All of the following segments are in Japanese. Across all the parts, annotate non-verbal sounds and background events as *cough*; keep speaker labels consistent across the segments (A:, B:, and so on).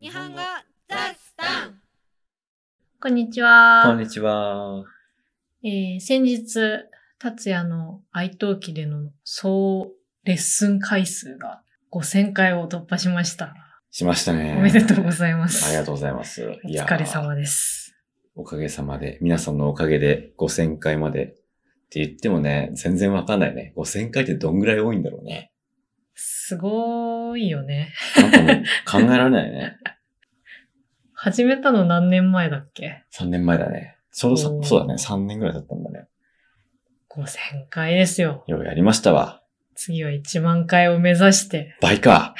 A: 日本語ザスタン
B: こんにち
C: こん
B: は。
C: にちは。
B: えー先日、達也の愛登記での総レッスン回数が5000回を突破しました。
C: しましたね。
B: おめでとうございます。
C: ありがとうございます。
B: お
C: いや
B: 疲れ様です。
C: おかげさまで、皆さんのおかげで5000回までって言ってもね、全然わかんないね。5000回ってどんぐらい多いんだろうね。
B: すごいよね。
C: なんかも
B: *laughs*
C: う考えられないね。
B: 始めたの何年前だっけ
C: 3年前だね。ちょうどさ
B: おー
C: そうだね。3年ぐらい経ったんだね。
B: ?5000 回ですよ。
C: ようやりましたわ。
B: 次は1万回を目指して。*laughs*
C: 倍か。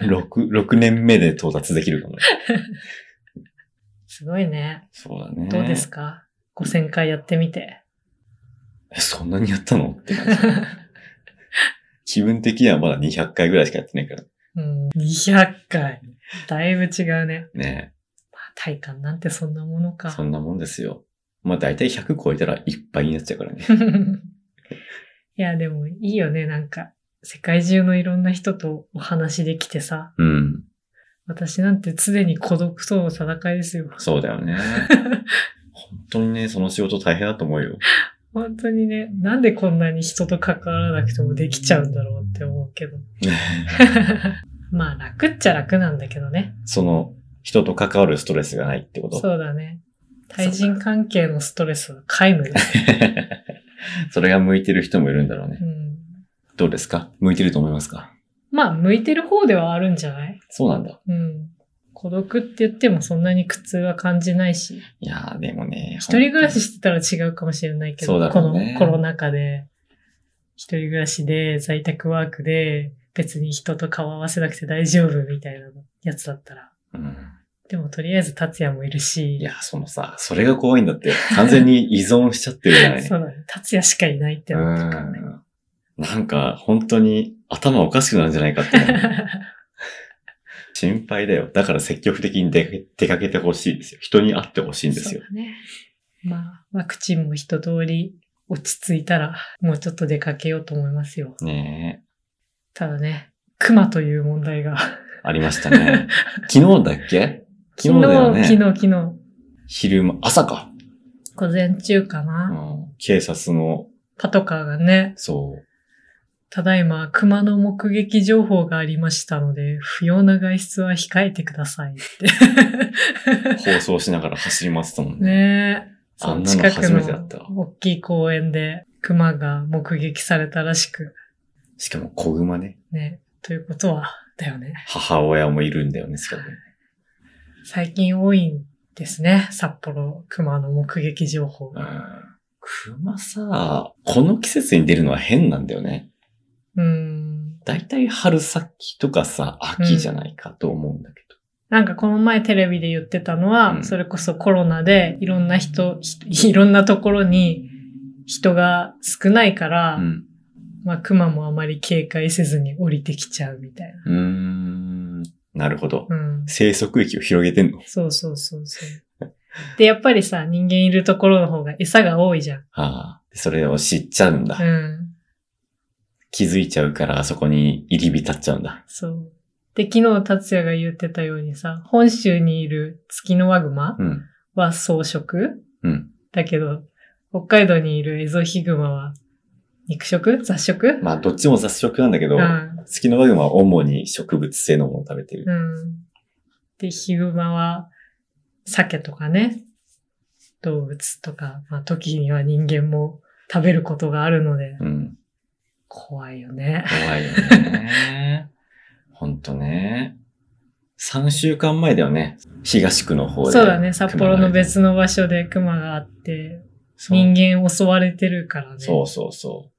C: 6、6年目で到達できるかもね。
B: すごいね。
C: そうだね。
B: どうですか、?5000 回やってみて。
C: え、そんなにやったのって
B: *laughs*
C: 感じ。気分的にはまだ200回ぐらいしかやってないから。
B: うん、200回。だいぶ違うね。
C: ね
B: まあ、体感なんてそんなものか。
C: そんなもんですよ。まあ大体100超えたらいっぱいになっちゃうからね。
B: *laughs* いや、でもいいよね、なんか。世界中のいろんな人とお話できてさ。
C: うん。
B: 私なんて常に孤独との戦いですよ。
C: そうだ
B: *laughs*
C: よね。本当にね、その仕事大変だと思うよ。 *laughs*
B: 本当にね、なんでこんなに人と関わらなくてもできちゃうんだろうって思うけど。まあ、楽っちゃ楽なんだけどね。
C: その、人と関わるストレスがないってこと。
B: そうだね。対人関係のストレスは皆無です。
C: *laughs* それが向いてる人もいるんだろうね
B: う。ん、
C: どうですか向いてると思いますか
B: まあ、向いてる方ではあるんじゃない
C: そうなんだ。
B: うん。孤独って言ってもそんなに苦痛は感じないし。
C: いやー、でもね。
B: 一人暮らし
C: し
B: してたら違うかもしれないけ
C: そう
B: ど、
C: だ
B: こ
C: ろうね
B: のコロナ禍で、一人暮らしで、在宅ワークで、別に人と顔合わせなくて大丈夫みたいなやつだったら。
C: うん。
B: でもとりあえず達也もいるし
C: い、や、そのさ、それが怖いんだって。完全に依存しちゃってるじゃな
B: *laughs*
C: い
B: そうだね。達也しかいないってなってるからね。
C: うんなんか、本当に頭おかしくなるんじゃないかって思う。心配だよ。だから積極的に出かけ出かけてほしいですよ。人に会ってほし *laughs* いんです
B: そう
C: よ。
B: だね。まあ、ワクチンも一通り落ち着いたら、もうちょっと出かけようと思いますよ。
C: ね
B: ただね、熊という問題が。
C: え。ありましたね。 *laughs* 昨日だっけ昨日だよね
B: 昨日、昨日。
C: 昼間、朝か、
B: 午前中かな、
C: うん警察の、
B: パトカーがね、
C: そう。
B: ただいま熊の目撃情報がありましたので、不要な外出は控えてくださいって。
C: 放送しながら走り回ってたもんね。
B: ねえ。
C: あんなの
B: 近く
C: 初めてだった
B: の大きい公園で熊が目撃されたらしく、
C: しかも子熊ね。
B: ね。ということは、だよね。
C: 母親もいるんだよね、しかも。
B: 最近多いんですね。札幌熊の目撃情報
C: う。ん。熊さ、この季節に出るのは変なんだよね。
B: うん。
C: だいたい春先とかさ、秋じゃないかと思うんだけど。
B: なんかこの前テレビで言ってたのは、
C: うん
B: それこそコロナでいろんな人、ひい *laughs* ろんなところに人が少ないから、
C: うん。
B: まあ、熊もあまり警戒せずに降りてきちゃうみたいな。
C: うーん。なるほど。
B: うん。
C: 生息域を広げてんの。
B: そうそうそうそう。で、やっぱりさ、人間いるところの方が餌が多いじゃん。
C: ああ。それを知っちゃうんだ。
B: うん。
C: 気づいちゃうから、あそこに入り浸っちゃうんだ。
B: そう。で、昨日達也が言ってたようにさ、本州にいるツキノワグマ
C: うん。
B: は草食
C: うん。
B: だけど、北海道にいるエゾヒグマは肉食雑食
C: まあ、どっちも雑食なんだけど、
B: うん。
C: ツキノワグマは主に植物性のものを食べてる。
B: うん。で、ヒグマは、鮭とかね、動物とか、まあ、時には人間も食べることがあるので、
C: うん。
B: 怖いよね。
C: 怖い
B: *laughs*
C: よね。ほんとね。3週間前だよね。東区の方で。
B: そうだね、札幌の
C: 熊が
B: 別の場所で熊があって、
C: いる。
B: 人間襲われてるからね。
C: そうそうそうそ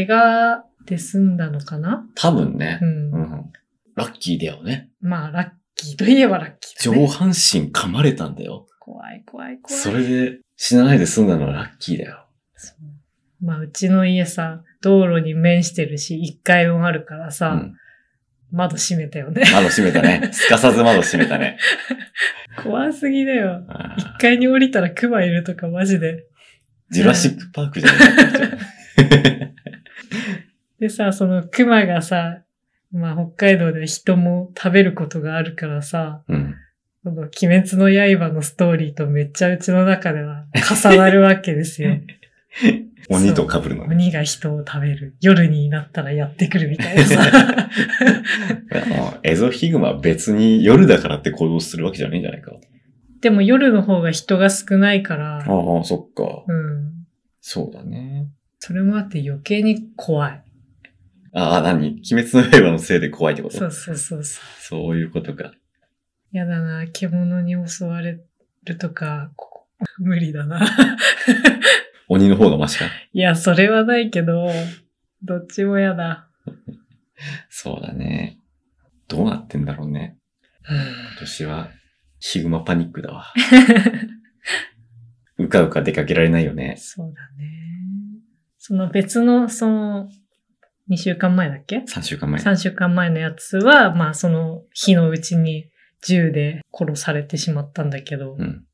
C: う。
B: 怪我で済んだのかな
C: 多分ね
B: う。ん。
C: うん。ラッキーだよね。
B: まあ、ラッキーといえばラッキーだ、
C: 上
B: ね。
C: 半身噛まれたんだよ。
B: 怖い怖い怖い。
C: それで死なないで済んだのはラッキーだよ。
B: そうまあ、うちの家さ、道路に面してるし、1階もあるから
C: う
B: さ、
C: ん。
B: 窓閉めたよね。
C: 窓閉めた *laughs* ね。すかさず窓閉めたね。
B: 怖すぎだよ。
C: あ
B: 一
C: ー
B: 階に降りたらクマいるとかマジで。
C: ジュラシックパークじゃない
B: でさ、そのクマがさ、まあ北海道では人も食べることがあるからさ、
C: うん。
B: この鬼滅の刃のストーリーとめっちゃうちの中では重なるわけです
C: *laughs*
B: よ。
C: 鬼と被るのね。
B: 鬼が人を食べる。夜になったらやってくるみたいな
C: *laughs*
B: さ。
C: でもエゾヒグマは別に夜だからって行動するわけじゃないんじゃないか。
B: でも夜の方が人が少ないから、
C: ああ、そっか。
B: うん。
C: そうだね。
B: それもあって余計に怖い。
C: ああ、何鬼滅の刃のせいで怖いってこと
B: そうそうそうそう。
C: そういうことか。
B: やだな、獣に襲われるとか、ここ無理だな。 *laughs*
C: 鬼の方がマシか。
B: いや、それはないけど、どっちもやだ。
C: そうだね。どうなってんだろうね。今年は、ヒグマパニック *laughs* だわ。うかうか出かけられないよね。
B: そうだね。その別の、その、2週間前だっけ
C: 3週間前。
B: 3週間前のやつは、まあその日のうちに銃で殺されてしまったんだけど、
C: うん。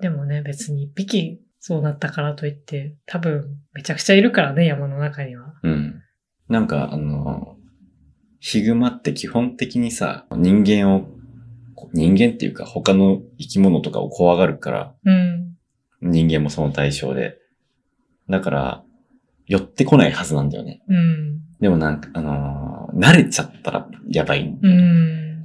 B: でもね、別に一匹そうなったからといって、多分めちゃくちゃいるからね、山の中には。
C: うん。なんか、あの、ヒグマって基本的にさ、人間を、こう人間っていうか他の生き物とかを怖がるから、
B: うん。
C: 人間もその対象で。だから、寄ってこないはずなんだよね。
B: うん。
C: でもなんか、あのー慣れちゃったらやばい。
B: うん。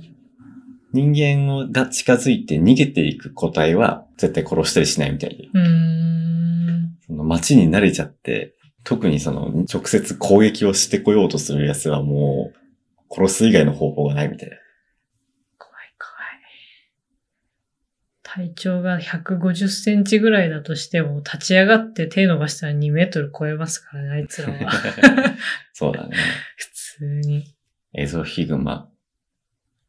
C: 人間をだ近づいて逃げていく個体は絶対殺したりしないみたいで。
B: うん。
C: その街に慣れちゃって、特にその直接攻撃をしてこようとするやつはもう殺す以外の方法がないみたいな。
B: 怖い怖い。体長が150センチぐらいだとしても、立ち上がって手伸ばしたら2メートル超えますからね、あいつら
C: *laughs*
B: は。
C: そうだね。
B: 普通に。
C: エゾヒグマ。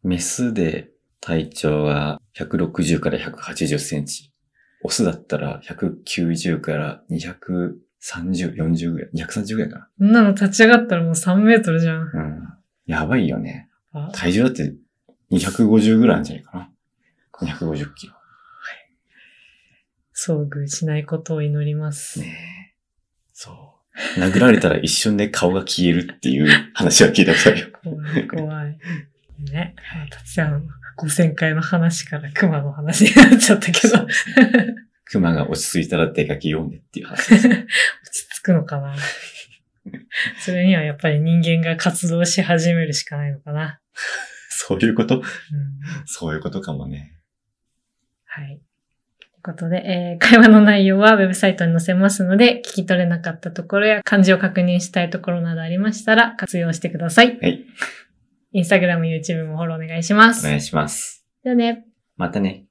C: メスで体長が160から180センチ。オスだったら190から230、40ぐらい、230ぐらいか
B: そんなの立ち上がったらもう3メートルじゃん。
C: な。うん。やばいよね。
B: あ
C: 体重だって250ぐらいなんじゃないかな。250キロ。
B: 遭遇しないことを祈ります。
C: ねえ。そう。殴られたら一瞬で顔が消えるっていう話は聞いたことあるよ。 *laughs*
B: 怖い怖い。ね。またちゃん、5000回の話から熊の話になっちゃったけど、
C: そう
B: 落
C: ですね熊が落ち着いたら出かけようねっていう話 *laughs* です。
B: ち着くのか
C: *laughs*
B: な。それにはやっぱり人間が活動し始めるしかないのかな。
C: そういうこと
B: うん、
C: そういうことかもね。
B: はい。ということで、えー会話の内容はウェブサイトに載せますので、聞き取れなかったところや漢字を確認したいところなどありましたら活用してください。
C: はい。
B: インスタグラム、YouTube もフォローお願いしま
C: お
B: す。
C: 願いします。
B: じゃあね。
C: またね。